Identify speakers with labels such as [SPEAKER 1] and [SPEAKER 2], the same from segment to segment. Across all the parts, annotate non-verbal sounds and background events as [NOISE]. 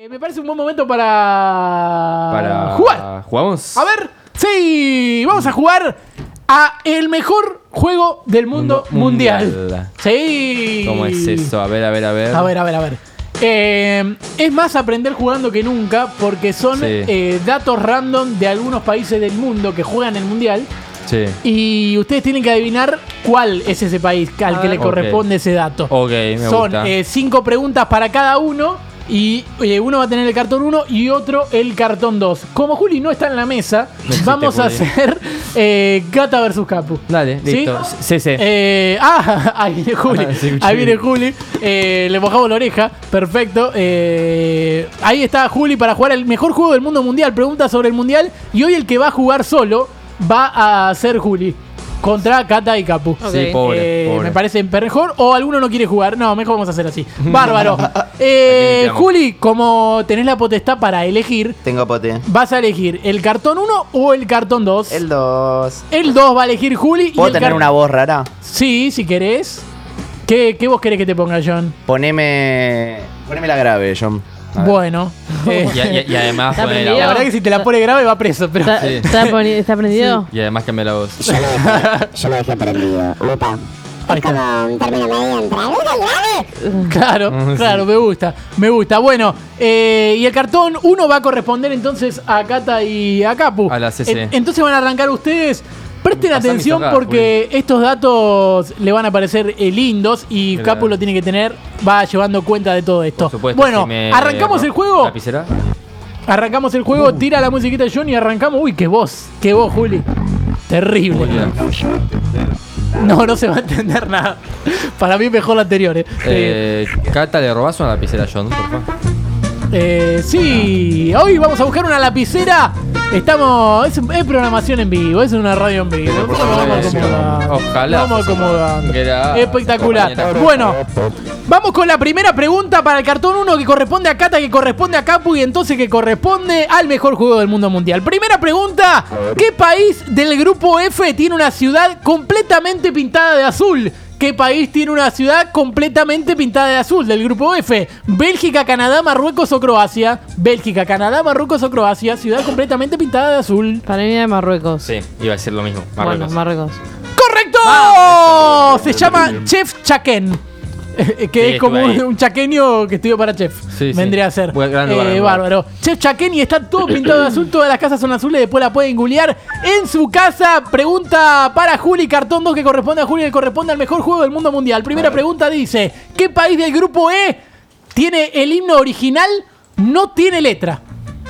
[SPEAKER 1] Eh, me parece un buen momento para,
[SPEAKER 2] Para
[SPEAKER 1] jugar.
[SPEAKER 2] ¿Jugamos?
[SPEAKER 1] A ver, sí, vamos a jugar a el mejor juego del mundo
[SPEAKER 2] Mundo mundial.
[SPEAKER 1] mundial. Sí.
[SPEAKER 2] ¿Cómo es eso? A ver, a ver, a ver.
[SPEAKER 1] A ver, a ver, a ver. Eh, es más aprender jugando que nunca porque son
[SPEAKER 2] Sí.
[SPEAKER 1] eh, datos random de algunos países del mundo que juegan el mundial
[SPEAKER 2] Sí.
[SPEAKER 1] y ustedes tienen que adivinar cuál es ese país al
[SPEAKER 3] A
[SPEAKER 1] que
[SPEAKER 3] ver.
[SPEAKER 1] le corresponde ese dato.
[SPEAKER 2] Ok, me
[SPEAKER 1] Son
[SPEAKER 2] gusta.
[SPEAKER 1] eh, cinco preguntas para cada uno. Y eh, uno va a tener el cartón 1 y otro el cartón 2. Como Juli no está en la mesa,
[SPEAKER 2] existe
[SPEAKER 1] vamos a
[SPEAKER 2] Juli.
[SPEAKER 1] hacer [LAUGHS] eh, Gata versus Capu.
[SPEAKER 2] Dale,
[SPEAKER 1] ¿Sí?
[SPEAKER 2] listo. Sí, sí.
[SPEAKER 1] Eh, ah, [LAUGHS] ahí viene Juli.
[SPEAKER 2] Ah, sí,
[SPEAKER 1] ahí
[SPEAKER 2] sí.
[SPEAKER 1] viene Juli. Eh, le mojamos la oreja. Perfecto. Eh, ahí está Juli para jugar el mejor juego del mundo mundial. Pregunta sobre el mundial. Y hoy el que va a jugar solo va a ser Juli. Contra Cata y Capu.
[SPEAKER 3] Ok.
[SPEAKER 2] Sí, pobre,
[SPEAKER 1] Eh,
[SPEAKER 2] pobre.
[SPEAKER 1] Me parece mejor. O alguno no quiere jugar. No, mejor vamos a hacer así. Bárbaro. Eh,
[SPEAKER 2] limpiamos.
[SPEAKER 1] Juli, como tenés la potestad para elegir,
[SPEAKER 4] Tengo pote.
[SPEAKER 1] vas a elegir el cartón 1 o el cartón 2.
[SPEAKER 4] El 2.
[SPEAKER 1] El 2 va a elegir Juli.
[SPEAKER 4] ¿Puedo
[SPEAKER 1] el
[SPEAKER 4] tener
[SPEAKER 1] car-
[SPEAKER 4] una voz rara?
[SPEAKER 1] Sí, si querés. ¿Qué, qué vos querés que te ponga, John?
[SPEAKER 4] Poneme. Poneme la grave, John. A ver. [LAUGHS]
[SPEAKER 1] Bueno. eh,
[SPEAKER 2] Y, y- y además
[SPEAKER 3] Está
[SPEAKER 1] la
[SPEAKER 2] poner
[SPEAKER 3] prendido.
[SPEAKER 2] la voz.
[SPEAKER 1] verdad que si te la pone grave va preso, pero...
[SPEAKER 3] ¿Está,
[SPEAKER 2] Sí.
[SPEAKER 3] está poni- está prendido?
[SPEAKER 2] Y además cambiar la voz.
[SPEAKER 5] Yo lo dejé, yo lo dejé prendido. Lupa.
[SPEAKER 1] Ahí
[SPEAKER 5] Es
[SPEAKER 1] está.
[SPEAKER 5] como un término medio entre agudo y grave.
[SPEAKER 1] [LAUGHS] Claro,
[SPEAKER 2] Ah,
[SPEAKER 1] claro, me gusta, me gusta. Bueno, eh, y el cartón uno va a corresponder entonces a Cata y a Capu.
[SPEAKER 2] A la CC.
[SPEAKER 1] En- entonces van a arrancar ustedes. Presten
[SPEAKER 2] Pasá mi
[SPEAKER 1] atención
[SPEAKER 2] tocar,
[SPEAKER 1] porque estos datos le van a parecer eh, lindos y
[SPEAKER 2] Claro.
[SPEAKER 1] Capu lo tiene que tener, va llevando cuenta de todo esto.
[SPEAKER 2] Por supuesto,
[SPEAKER 1] bueno,
[SPEAKER 2] si me-
[SPEAKER 1] arrancamos el juego.
[SPEAKER 2] ¿Lapicera?
[SPEAKER 1] Arrancamos el
[SPEAKER 2] Uh.
[SPEAKER 1] juego, tira la musiquita de John y arrancamos. Uy, qué voz, qué voz, Juli. Terrible. No, no se va a entender nada. Para mí mejor la anterior. eh.
[SPEAKER 2] Eh, Cata, ¿le robás una lapicera a John, por favor?
[SPEAKER 1] Eh, sí, hoy vamos a buscar una lapicera. Estamos. Es, es programación en vivo, es una radio en vivo. Nosotros nos vamos
[SPEAKER 2] Gracias.
[SPEAKER 1] acomodando.
[SPEAKER 2] eh, Ojalá.
[SPEAKER 1] Nos Vamos acomodando.
[SPEAKER 2] Gracias,
[SPEAKER 1] Espectacular.
[SPEAKER 2] compañera.
[SPEAKER 1] Bueno, vamos con la primera pregunta para el cartón 1 que corresponde a Cata, que corresponde a Capu y entonces que corresponde al mejor juego del mundo mundial. Primera pregunta: ¿Qué país del grupo F tiene una ciudad completamente pintada de azul? ¿Qué país tiene una ciudad completamente pintada de azul del grupo F? Bélgica, Canadá, Marruecos o Croacia. Bélgica, Canadá, Marruecos o Croacia. Ciudad completamente pintada de azul.
[SPEAKER 3] Para mí era de Marruecos.
[SPEAKER 2] Sí, iba a decir lo mismo.
[SPEAKER 3] Bueno,
[SPEAKER 2] Marruecos.
[SPEAKER 3] Marruecos.
[SPEAKER 1] ¡Correcto! Se llama Chef Chaquén. eh, [LAUGHS] Que
[SPEAKER 2] Sí,
[SPEAKER 1] es como
[SPEAKER 2] estuve
[SPEAKER 1] un,
[SPEAKER 2] ahí.
[SPEAKER 1] un chaqueño que estudió para chef.
[SPEAKER 2] Sí, sí.
[SPEAKER 1] Vendría a ser.
[SPEAKER 2] Buen- grande
[SPEAKER 1] Eh,
[SPEAKER 2] bárbaro.
[SPEAKER 1] bárbaro. Chef Chaquén y está todo pintado de azul. Todas las casas son azules. Después la pueden googlear en su casa. Pregunta para Juli. Cartón 2 que corresponde a Juli. Que corresponde al mejor juego del mundo mundial.
[SPEAKER 2] Ah.
[SPEAKER 1] Primera pregunta dice: ¿Qué país del grupo E tiene el himno original? No tiene letra.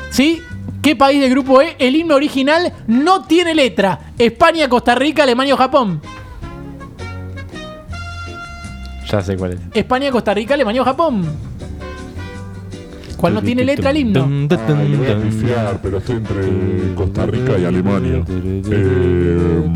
[SPEAKER 1] ¿Sí? ¿Qué país del grupo E? El himno original no tiene letra. España, Costa Rica, Alemania o Japón.
[SPEAKER 2] Ya sé cuál es.
[SPEAKER 1] España, Costa Rica, Alemania o Japón. ¿Cuál no tiene letra el himno?
[SPEAKER 2] Dun, dun,
[SPEAKER 6] Ah, le voy a
[SPEAKER 2] dun, dun.
[SPEAKER 6] pifiar, pero estoy entre Costa Rica y Alemania. Eh,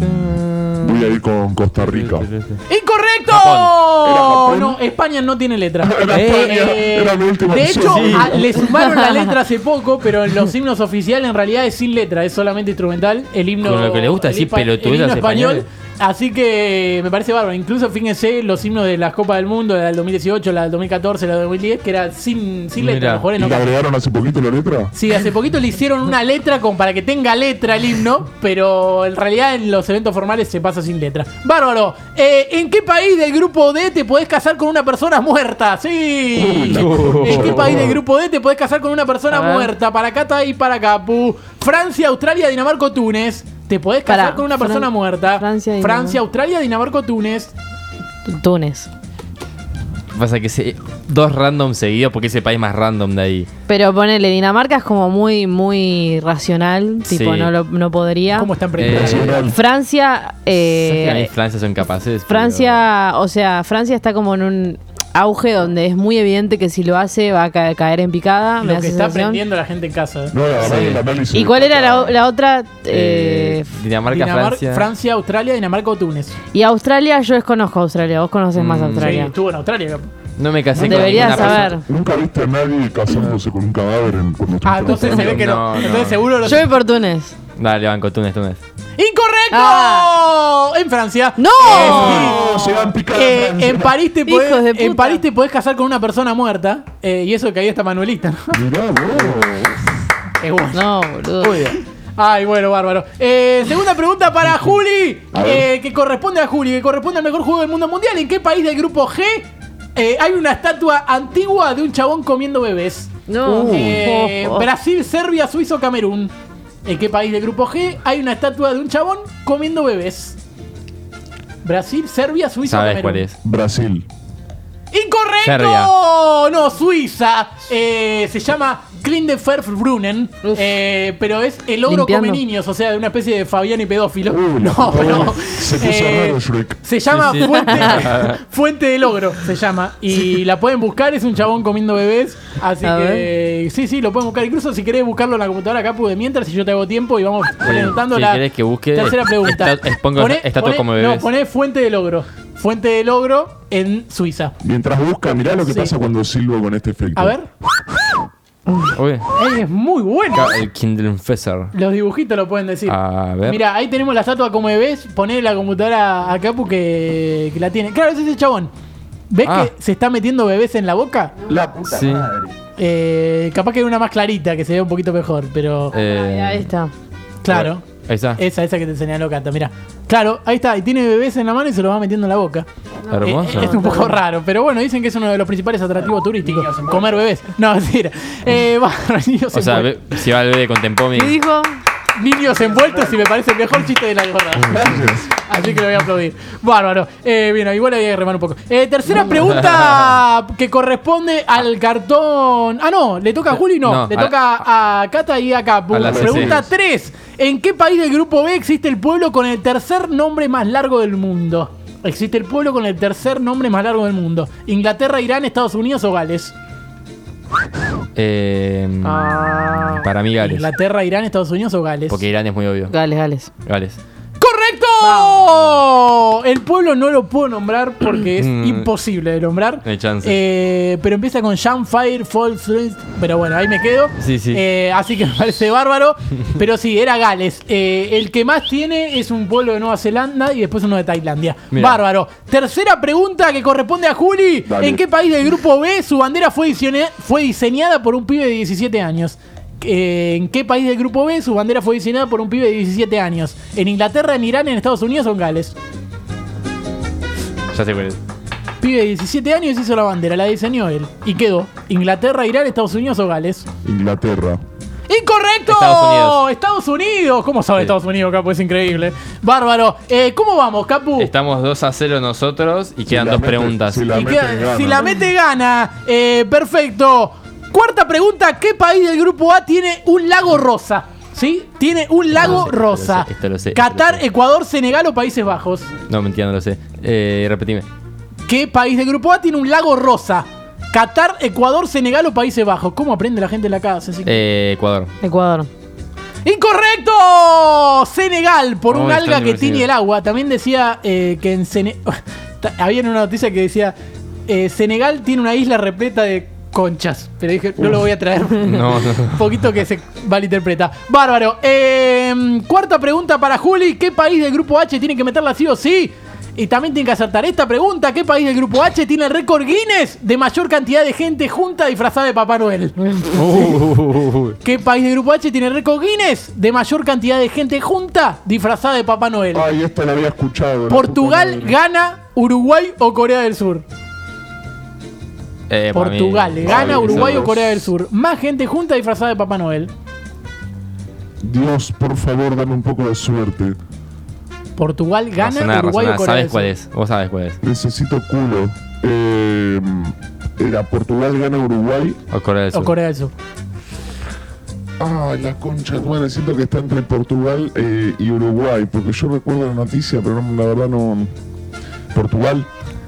[SPEAKER 6] voy a ir con Costa Rica.
[SPEAKER 1] ¡Incorrecto!
[SPEAKER 2] Japón.
[SPEAKER 6] ¿Era Japón?
[SPEAKER 1] No, España no tiene
[SPEAKER 2] [LAUGHS]
[SPEAKER 1] letra. Eh,
[SPEAKER 6] Era España, era mi última
[SPEAKER 1] de
[SPEAKER 6] opción.
[SPEAKER 1] hecho,
[SPEAKER 6] Sí.
[SPEAKER 1] a- le sumaron la letra hace poco, pero en los himnos oficiales en realidad es sin letra, es solamente instrumental. El himno.
[SPEAKER 2] Con lo que le gusta
[SPEAKER 1] el
[SPEAKER 2] decir
[SPEAKER 1] hispa- el
[SPEAKER 2] pelotudeces
[SPEAKER 1] himno
[SPEAKER 2] a los
[SPEAKER 1] español.
[SPEAKER 2] españoles.
[SPEAKER 1] Así que eh, me parece bárbaro. Incluso fíjense los himnos de las Copas del Mundo, la del 2018, la del 2014, la del 2010, que era sin, sin letra.
[SPEAKER 2] Mirá.
[SPEAKER 1] Los jugadores
[SPEAKER 6] ¿Y
[SPEAKER 1] no
[SPEAKER 6] le agregaron hace poquito la letra?
[SPEAKER 1] Sí, hace poquito le hicieron una letra con, para que tenga letra el himno, pero en realidad en los eventos formales se pasa sin letra. Bárbaro, eh, ¿en qué país del grupo D te podés casar con una persona muerta? Sí. ¿En qué país del grupo D te podés casar con una persona
[SPEAKER 3] A ver.
[SPEAKER 1] muerta? Para Cata y para Capu. Francia, Australia, Dinamarca, o Túnez. Te podés casar
[SPEAKER 3] Pará,
[SPEAKER 1] con una
[SPEAKER 3] Fran-
[SPEAKER 1] persona muerta.
[SPEAKER 3] Francia, Dinamarca.
[SPEAKER 1] Francia, Australia, Dinamarca, o Túnez.
[SPEAKER 3] Túnez.
[SPEAKER 2] Pasa que se, dos random seguidos porque es el país más random de ahí.
[SPEAKER 3] Pero ponele, Dinamarca es como muy, muy racional.
[SPEAKER 2] Sí.
[SPEAKER 3] Tipo, no, lo, no podría.
[SPEAKER 1] ¿Cómo están
[SPEAKER 2] Eh,
[SPEAKER 1] preparados?
[SPEAKER 3] Francia.
[SPEAKER 2] Sacan y
[SPEAKER 3] Eh,
[SPEAKER 2] Francia son capaces. pero-
[SPEAKER 3] Francia, o sea, Francia está como en un auge donde es muy evidente que si lo hace va a ca- caer en picada. Ah, me
[SPEAKER 1] Lo
[SPEAKER 3] da
[SPEAKER 1] que está
[SPEAKER 3] sensación.
[SPEAKER 1] aprendiendo la gente en casa.
[SPEAKER 6] No, la verdad
[SPEAKER 2] Sí.
[SPEAKER 6] el análisis.
[SPEAKER 3] ¿Y
[SPEAKER 6] de
[SPEAKER 3] cuál
[SPEAKER 6] Cata-
[SPEAKER 3] era la, la otra?
[SPEAKER 2] Eh,
[SPEAKER 3] Eh,
[SPEAKER 2] Dinamarca,
[SPEAKER 1] Dinamar-
[SPEAKER 2] Francia.
[SPEAKER 1] Francia, Australia, Dinamarca o Túnez.
[SPEAKER 3] y Australia, yo desconozco Australia. Vos conoces más
[SPEAKER 2] Mm.
[SPEAKER 1] Sí,
[SPEAKER 3] Australia.
[SPEAKER 1] estuvo en Australia. Capu.
[SPEAKER 2] No me casé con
[SPEAKER 3] Deberías
[SPEAKER 2] ninguna
[SPEAKER 3] saber.
[SPEAKER 2] persona.
[SPEAKER 6] Nunca viste a nadie casándose con un cadáver en cuando
[SPEAKER 1] Ah,
[SPEAKER 6] estuviste
[SPEAKER 1] entonces
[SPEAKER 6] en
[SPEAKER 1] se
[SPEAKER 6] Australia.
[SPEAKER 1] ve que no.
[SPEAKER 2] No, no.
[SPEAKER 1] Entonces seguro lo
[SPEAKER 3] Yo voy por Túnez.
[SPEAKER 2] Dale, banco, Túnez, Túnez.
[SPEAKER 1] ¡No! En Francia.
[SPEAKER 3] Ah. ¡No!
[SPEAKER 1] Eh, sí.
[SPEAKER 6] Se van picando.
[SPEAKER 1] Eh, en, París te podés,
[SPEAKER 3] Hijos de
[SPEAKER 1] en
[SPEAKER 3] puta.
[SPEAKER 1] París te podés casar con una persona muerta. eh, y eso que ahí está Manuelita. ¿no?
[SPEAKER 6] Mirá vos.
[SPEAKER 1] Es bueno.
[SPEAKER 3] No, boludo.
[SPEAKER 1] Muy bien. Ay, bueno, bárbaro. Eh, segunda pregunta
[SPEAKER 3] [LAUGHS]
[SPEAKER 1] para Juli, eh, que corresponde a Juli, que corresponde al mejor juego del mundo mundial. ¿En qué país del grupo G eh, hay una estatua antigua de un chabón comiendo bebés?
[SPEAKER 3] No.
[SPEAKER 1] Eh,
[SPEAKER 3] Oh, oh.
[SPEAKER 1] [LAUGHS] Brasil, Serbia, Suizo, Camerún. ¿En qué país del grupo G hay una estatua de un chabón comiendo bebés? Brasil, Serbia, Suizo,
[SPEAKER 2] ¿Sabes
[SPEAKER 1] Camerún.
[SPEAKER 2] cuál es?
[SPEAKER 6] Brasil.
[SPEAKER 1] ¡Incorrecto!
[SPEAKER 2] Serbia.
[SPEAKER 1] No, Suiza. Eh, se llama Klindeferfbrunnen.
[SPEAKER 3] Uf.
[SPEAKER 1] Eh, pero es el ogro
[SPEAKER 3] Limpiando.
[SPEAKER 1] come niños, o sea, de una especie de Fabián y pedófilo. [LAUGHS]
[SPEAKER 6] Uy, la
[SPEAKER 1] no,
[SPEAKER 6] puta
[SPEAKER 1] pero.
[SPEAKER 6] madre. Uh, Se puso
[SPEAKER 1] eh,
[SPEAKER 6] raro Shrek.
[SPEAKER 1] Se llama
[SPEAKER 2] Sí, sí.
[SPEAKER 1] Fuente,
[SPEAKER 2] [LAUGHS]
[SPEAKER 1] Fuente del Ogro, se llama. Y la pueden buscar, es un chabón comiendo bebés. Así
[SPEAKER 3] A
[SPEAKER 1] que sí, sí, lo pueden buscar. Incluso si querés buscarlo en la computadora, Capu, de mientras, si yo te hago tiempo y vamos preguntando
[SPEAKER 2] si
[SPEAKER 1] la
[SPEAKER 2] querés que busque,
[SPEAKER 1] tercera pregunta.
[SPEAKER 2] esta- expongo estatua
[SPEAKER 1] poné-
[SPEAKER 2] como
[SPEAKER 1] No,
[SPEAKER 2] bebés.
[SPEAKER 1] poné Fuente del Ogro. Fuente del Ogro en Suiza.
[SPEAKER 6] Mientras busca, mirá lo que
[SPEAKER 1] Sí.
[SPEAKER 6] pasa cuando silbo con este efecto.
[SPEAKER 1] A ver.
[SPEAKER 2] Uy,
[SPEAKER 1] Ey, es muy bueno.
[SPEAKER 2] acá el Kinderfesser.
[SPEAKER 1] Los dibujitos lo pueden decir.
[SPEAKER 2] A ver.
[SPEAKER 1] Mira, ahí tenemos la estatua como ves. Poné la computadora a Capu que, que la tiene. Claro, ese es ese chabón. ¿Ves
[SPEAKER 2] Ah.
[SPEAKER 1] que se está metiendo bebés en la boca?
[SPEAKER 6] La puta
[SPEAKER 2] Sí.
[SPEAKER 6] madre.
[SPEAKER 1] Eh, capaz que hay una más clarita que se ve un poquito mejor, pero
[SPEAKER 2] Eh,
[SPEAKER 3] Ahí está.
[SPEAKER 1] claro.
[SPEAKER 2] Ahí está.
[SPEAKER 1] Esa, esa que te enseñaló Cata, mira. Claro, ahí está, y tiene bebés en la mano y se lo va metiendo en la boca.
[SPEAKER 2] Hermoso.
[SPEAKER 1] Eh, es un poco raro, pero bueno, dicen que es uno de los principales atractivos turísticos. Comer bebés. No, mentira. Eh, [LAUGHS] va, niños,
[SPEAKER 2] o sea,
[SPEAKER 1] envueltos.
[SPEAKER 2] ve- si va al bebé con Tempomi.
[SPEAKER 3] ¿Qué dijo?
[SPEAKER 1] niños envueltos y me parece el mejor chiste de la jornada.
[SPEAKER 6] Gracias.
[SPEAKER 1] Así que lo voy a aplaudir. Bárbaro. Eh, bien, igual había que remar un poco. Eh, tercera pregunta que corresponde al cartón. Ah, no, le toca a Juli, no.
[SPEAKER 2] No,
[SPEAKER 1] le
[SPEAKER 2] a-
[SPEAKER 1] toca a Cata y a Capu.
[SPEAKER 2] a las
[SPEAKER 1] Pregunta
[SPEAKER 2] veces.
[SPEAKER 1] 3. ¿En qué país del grupo B existe el pueblo con el tercer nombre más largo del mundo? Existe el pueblo con el tercer nombre más largo del mundo. Inglaterra, Irán, Estados Unidos o Gales.
[SPEAKER 2] Eh,
[SPEAKER 1] Ah.
[SPEAKER 2] para mí Gales.
[SPEAKER 1] Inglaterra, Irán, Estados Unidos o Gales.
[SPEAKER 2] Porque Irán es muy obvio.
[SPEAKER 3] Gales, Gales.
[SPEAKER 2] Gales.
[SPEAKER 1] ¡Correcto! El pueblo no lo puedo nombrar porque es
[SPEAKER 2] Mm.
[SPEAKER 1] imposible de nombrar.
[SPEAKER 2] No hay chance.
[SPEAKER 1] Eh, pero empieza con Jamfire, Falls, pero bueno, ahí me quedo.
[SPEAKER 2] Sí, sí.
[SPEAKER 1] Eh, así que me parece
[SPEAKER 2] [LAUGHS]
[SPEAKER 1] bárbaro. Pero sí, era Gales. Eh, el que más tiene es un pueblo de Nueva Zelanda y después uno de Tailandia.
[SPEAKER 2] Mirá.
[SPEAKER 1] Bárbaro. Tercera pregunta que corresponde a Juli.
[SPEAKER 6] Dale.
[SPEAKER 1] ¿En qué país del grupo B su bandera fue, disene- fue diseñada por un pibe de 17 años? Eh, ¿En qué país del grupo B su bandera fue diseñada por un pibe de 17 años? ¿En Inglaterra, en Irán, en Estados Unidos o en Gales?
[SPEAKER 2] Ya sé cuál es.
[SPEAKER 1] Pibe de 17 años hizo la bandera, la diseñó él. Y quedó. Inglaterra, Irán, Estados Unidos o Gales.
[SPEAKER 6] Inglaterra.
[SPEAKER 1] ¡Incorrecto!
[SPEAKER 2] Estados Unidos.
[SPEAKER 1] ¡Estados Unidos! ¿Cómo sabe
[SPEAKER 2] Sí.
[SPEAKER 1] Estados Unidos, Capu? Es increíble. Bárbaro. Eh, ¿Cómo vamos, Capu?
[SPEAKER 2] Estamos 2 a 0 nosotros y quedan
[SPEAKER 6] la
[SPEAKER 2] dos
[SPEAKER 6] mete-
[SPEAKER 2] preguntas.
[SPEAKER 6] si la
[SPEAKER 1] Y
[SPEAKER 6] mete,
[SPEAKER 1] queda-
[SPEAKER 6] gana,
[SPEAKER 1] si la
[SPEAKER 6] ¿no?
[SPEAKER 1] mete, gana. Eh, perfecto. Cuarta pregunta: ¿Qué país del grupo A tiene un lago rosa? ¿Sí? Tiene un lago
[SPEAKER 2] lo sé, esto lo
[SPEAKER 1] rosa.
[SPEAKER 2] sé, esto lo sé, esto
[SPEAKER 1] Qatar,
[SPEAKER 2] lo sé.
[SPEAKER 1] Ecuador, Senegal o Países Bajos.
[SPEAKER 2] No, mentira, no lo sé. Eh, repetime.
[SPEAKER 1] ¿Qué país del grupo A tiene un lago rosa? Qatar, Ecuador, Senegal o Países Bajos. ¿Cómo aprende la gente en la casa? Así que-
[SPEAKER 2] Eh, Ecuador.
[SPEAKER 3] Ecuador.
[SPEAKER 1] ¡Incorrecto! Senegal, por
[SPEAKER 2] No,
[SPEAKER 1] un
[SPEAKER 2] están
[SPEAKER 1] alga que
[SPEAKER 2] divorciados.
[SPEAKER 1] tiñe el agua. También decía eh, que en [LAUGHS] Senegal. Había en una noticia que decía: eh, Senegal tiene una isla repleta de conchas. Pero dije: no lo voy a traer.
[SPEAKER 2] [LAUGHS] No, no.
[SPEAKER 1] Un poquito que se malinterpreta. Bárbaro. Eh, cuarta pregunta para Juli: ¿Qué país del grupo H tiene que meterla sí o sí? Y también tiene que acertar esta pregunta: ¿Qué país del grupo H tiene el récord Guinness de mayor cantidad de gente junta disfrazada de Papá
[SPEAKER 2] [LAUGHS]
[SPEAKER 1] Noel? ¿Qué país del Grupo H tiene récord Guinness de mayor cantidad de gente junta disfrazada de Papá Noel?
[SPEAKER 6] Ay, esta la había escuchado. la
[SPEAKER 1] ¿Portugal,
[SPEAKER 6] puta madre.
[SPEAKER 1] Ghana, Uruguay o Corea del Sur?
[SPEAKER 2] Eh, para mí-
[SPEAKER 1] Portugal, Ghana,
[SPEAKER 6] esa
[SPEAKER 1] Uruguay o
[SPEAKER 6] es.
[SPEAKER 1] Corea del Sur. Más gente junta disfrazada de Papá Noel.
[SPEAKER 6] Dios, por favor, dame un poco de suerte.
[SPEAKER 1] Portugal, Ghana,
[SPEAKER 2] Razoná,
[SPEAKER 1] Uruguay
[SPEAKER 2] razoná.
[SPEAKER 1] o Corea
[SPEAKER 2] Sabes
[SPEAKER 1] del Sur.
[SPEAKER 2] cuál es. Vos sabés cuál es.
[SPEAKER 6] Necesito culo. Eh, era Portugal gana Uruguay.
[SPEAKER 2] O Corea del Sur.
[SPEAKER 1] O Corea del Sur.
[SPEAKER 6] Ay, la concha, bueno, siento que está entre Portugal eh, y Uruguay, porque yo recuerdo la noticia, pero no, la verdad no. Portugal.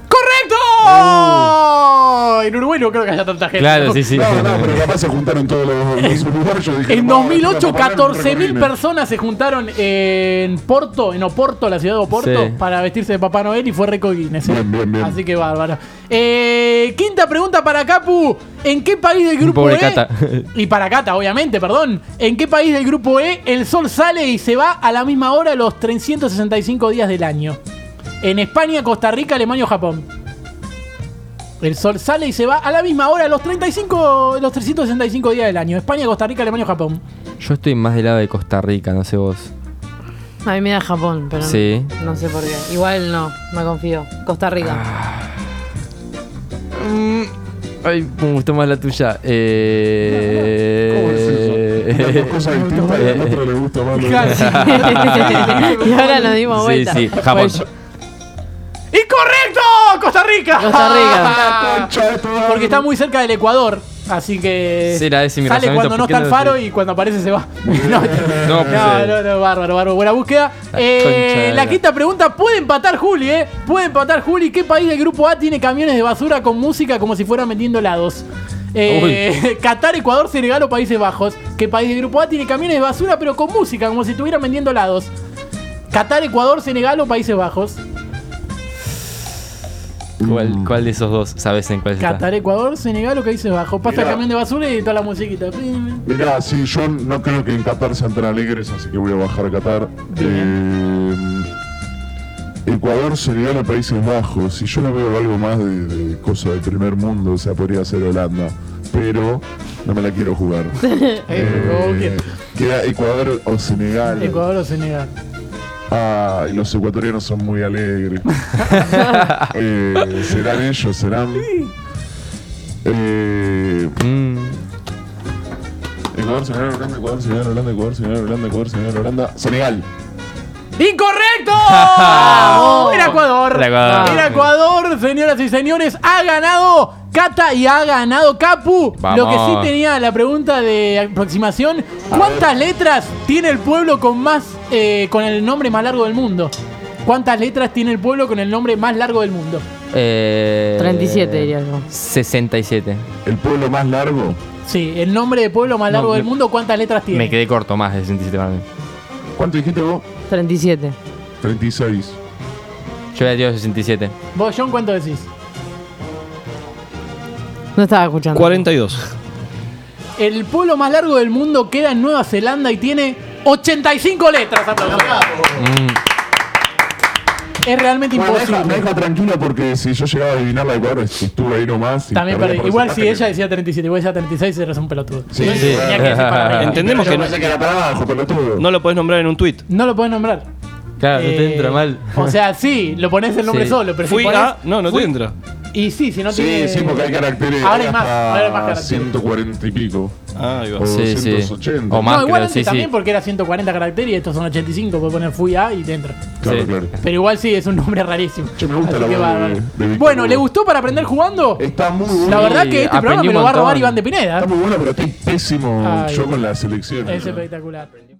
[SPEAKER 1] ¡Correcto! no, en Uruguay no creo que haya tanta gente.
[SPEAKER 2] Claro, sí, sí.
[SPEAKER 6] No, no, pero capaz se juntaron todos los, los uruguayos. y dijeron,
[SPEAKER 1] En
[SPEAKER 6] "No, esto
[SPEAKER 1] 2008,
[SPEAKER 6] para poner un
[SPEAKER 1] 14.000
[SPEAKER 6] recorrido".
[SPEAKER 1] personas se juntaron en Porto, en Oporto, la ciudad de Oporto,
[SPEAKER 2] Sí.
[SPEAKER 1] para vestirse de Papá Noel y fue récord Guinness. ¿eh?
[SPEAKER 6] Bien, bien, bien.
[SPEAKER 1] Así que bárbaro. Eh, quinta pregunta para Capu. ¿En qué país del grupo
[SPEAKER 2] Pobre
[SPEAKER 1] E?
[SPEAKER 2] Cata.
[SPEAKER 1] [LAUGHS] Y para Cata, obviamente, perdón. ¿En qué país del grupo E el sol sale y se va a la misma hora los 365 días del año? En España, Costa Rica, Alemania o Japón. El sol sale y se va a la misma hora los 35, los 365 días del año. España, Costa Rica, Alemania o Japón.
[SPEAKER 2] Yo estoy más del lado de Costa Rica, no sé vos.
[SPEAKER 3] A mí me da Japón, pero no-
[SPEAKER 2] Sí.
[SPEAKER 3] no, sé por qué. Igual no, me confío. Costa Rica.
[SPEAKER 2] [LAUGHS]
[SPEAKER 3] [LAUGHS]
[SPEAKER 2] Ay, me gustó más la tuya.
[SPEAKER 6] ¿Cómo es eso?
[SPEAKER 1] [LAUGHS]
[SPEAKER 6] Las dos
[SPEAKER 2] Eh...
[SPEAKER 6] cosas distintas y al otro le gusta más. lo
[SPEAKER 1] Claro, sí.
[SPEAKER 6] otro.
[SPEAKER 3] y ahora nos dimos
[SPEAKER 2] Sí,
[SPEAKER 3] vuelta.
[SPEAKER 2] sí, Japón.
[SPEAKER 1] ¡Incorrecto! ¡Costa Rica! [LAUGHS]
[SPEAKER 3] Costa Rica.
[SPEAKER 6] Concha de tu madre.
[SPEAKER 1] Ah, Porque está muy cerca del Ecuador, así que
[SPEAKER 2] Será ese mi
[SPEAKER 1] sale
[SPEAKER 2] razonamiento,
[SPEAKER 1] cuando no
[SPEAKER 2] ¿por qué
[SPEAKER 1] está el
[SPEAKER 2] no lo
[SPEAKER 1] faro
[SPEAKER 2] sé?
[SPEAKER 1] y cuando aparece se va. no,
[SPEAKER 2] [LAUGHS] No, pues,
[SPEAKER 1] no,
[SPEAKER 2] eh.
[SPEAKER 1] no, no, bárbaro, bárbaro. Buena búsqueda.
[SPEAKER 2] La
[SPEAKER 1] Eh,
[SPEAKER 2] concha de
[SPEAKER 1] la
[SPEAKER 2] la-
[SPEAKER 1] quinta pregunta, puede empatar Juli, ¿eh? Puede empatar Juli. ¿Qué país del grupo A tiene camiones de basura con música como si fueran vendiendo helados? Eh, [LAUGHS] Qatar, Ecuador, Senegal o Países Bajos. ¿Qué país del grupo A tiene camiones de basura pero con música como si estuvieran vendiendo helados? Qatar, Ecuador, Senegal o Países Bajos.
[SPEAKER 2] ¿Cuál, ¿Cuál de esos dos sabes en cuál está?
[SPEAKER 1] Qatar, Ecuador, Senegal o Países Bajos. Pasa el
[SPEAKER 6] Mirá.
[SPEAKER 1] camión de basura y toda la musiquita.
[SPEAKER 6] Mirá, sí, yo no creo que en Qatar sean tan alegres, así que voy a bajar a Qatar. Eh, Ecuador, Senegal o Países Bajos. Y yo no veo algo más de, de cosa del primer mundo, o sea, podría ser Holanda. Pero no me la quiero jugar.
[SPEAKER 1] [LAUGHS]
[SPEAKER 6] Eh,
[SPEAKER 1] Eh,
[SPEAKER 6] queda Ecuador o Senegal.
[SPEAKER 1] Ecuador o Senegal.
[SPEAKER 6] Ah, y los ecuatorianos son muy
[SPEAKER 1] [LAUGHS]
[SPEAKER 6] alegres. Eh, serán ellos, serán. Eh,
[SPEAKER 2] Mm,
[SPEAKER 6] Ecuador, Senegal, Holanda, Ecuador, Senegal, Holanda, Ecuador, Senegal, Holanda, Ecuador, Senegal, Holanda. Senegal.
[SPEAKER 1] ¡Incorrecto! [LAUGHS] Era Ecuador.
[SPEAKER 2] Era Ecuador.
[SPEAKER 1] Era Ecuador, señoras y señores. Ha ganado Cata y ha ganado Capu.
[SPEAKER 2] Vamos.
[SPEAKER 1] Lo que sí tenía la pregunta de aproximación: ¿cuántas letras tiene el pueblo con más. eh, con el nombre más largo del mundo? ¿Cuántas letras tiene el pueblo con el nombre más largo del mundo?
[SPEAKER 2] eh,
[SPEAKER 3] 37 diría yo.
[SPEAKER 2] 67.
[SPEAKER 6] El pueblo más largo.
[SPEAKER 1] Sí, el nombre de pueblo más
[SPEAKER 2] No,
[SPEAKER 1] largo del
[SPEAKER 2] me-
[SPEAKER 1] mundo, ¿cuántas letras tiene?
[SPEAKER 2] Me quedé corto más de 67 para mí.
[SPEAKER 6] ¿Cuánto dijiste vos?
[SPEAKER 3] 37.
[SPEAKER 6] 36.
[SPEAKER 2] Yo había dicho 67.
[SPEAKER 1] ¿Vos, John, cuánto decís?
[SPEAKER 3] No estaba escuchando.
[SPEAKER 7] 42.
[SPEAKER 1] El pueblo más largo del mundo queda en Nueva Zelanda y tiene 85 letras. aplausos.
[SPEAKER 2] Mm,
[SPEAKER 1] Es realmente
[SPEAKER 6] Bueno, me, deja, me
[SPEAKER 1] imposible.
[SPEAKER 6] deja tranquilo porque si yo llegaba a adivinar la de Ecuador, estuve ahí nomás. y
[SPEAKER 1] También
[SPEAKER 6] perdí
[SPEAKER 1] perdí.
[SPEAKER 6] por
[SPEAKER 1] Igual
[SPEAKER 6] ese
[SPEAKER 1] si
[SPEAKER 6] ataque.
[SPEAKER 1] ella decía 37, igual decía 36, eres un pelotudo.
[SPEAKER 6] Sí,
[SPEAKER 1] No
[SPEAKER 6] sí.
[SPEAKER 1] tenía que decir
[SPEAKER 6] [LAUGHS]
[SPEAKER 1] para arriba.
[SPEAKER 7] Entendemos
[SPEAKER 6] Yo
[SPEAKER 7] que no,
[SPEAKER 6] pensé que era para abajo, pelotudo.
[SPEAKER 7] no lo podés nombrar en un tuit.
[SPEAKER 1] No lo podés nombrar.
[SPEAKER 6] Ah,
[SPEAKER 2] claro, no
[SPEAKER 1] Eh,
[SPEAKER 2] te entra mal.
[SPEAKER 1] O sea, sí, lo pones el nombre
[SPEAKER 2] Sí.
[SPEAKER 1] solo, pero si
[SPEAKER 7] Fui
[SPEAKER 1] ponés-
[SPEAKER 7] a. No, no te entra.
[SPEAKER 1] Y sí, si no
[SPEAKER 6] Sí,
[SPEAKER 1] tiene.
[SPEAKER 6] sí, porque hay caracteres.
[SPEAKER 1] Ahora hay más,
[SPEAKER 6] hasta
[SPEAKER 1] ahora hay más caracteres.
[SPEAKER 6] 140 y pico.
[SPEAKER 7] Ah, ahí va.
[SPEAKER 6] O
[SPEAKER 2] Sí, sí.
[SPEAKER 6] 180.
[SPEAKER 2] O más.
[SPEAKER 1] No, igual
[SPEAKER 2] creo,
[SPEAKER 1] antes
[SPEAKER 2] sí, sí.
[SPEAKER 1] también porque era 140 caracteres y estos son 85, puedes poner fui a y te entra.
[SPEAKER 6] Claro,
[SPEAKER 2] Sí.
[SPEAKER 6] claro.
[SPEAKER 1] Pero igual sí, es un nombre rarísimo.
[SPEAKER 6] Che, me gusta
[SPEAKER 1] Así
[SPEAKER 6] la
[SPEAKER 1] que
[SPEAKER 6] voz de- Eh,
[SPEAKER 1] bárbaro.
[SPEAKER 6] de Víctor
[SPEAKER 1] Bueno,
[SPEAKER 6] Hugo.
[SPEAKER 1] ¿le gustó para aprender jugando?
[SPEAKER 6] Está muy
[SPEAKER 1] La
[SPEAKER 6] bueno.
[SPEAKER 1] verdad que este
[SPEAKER 2] aprendí
[SPEAKER 1] programa me
[SPEAKER 2] un
[SPEAKER 1] lo va a
[SPEAKER 2] montón.
[SPEAKER 1] robar Iván de Pineda.
[SPEAKER 6] Está muy bueno, pero estoy pésimo
[SPEAKER 1] Ay,
[SPEAKER 6] yo con las elecciones.
[SPEAKER 1] Es espectacular.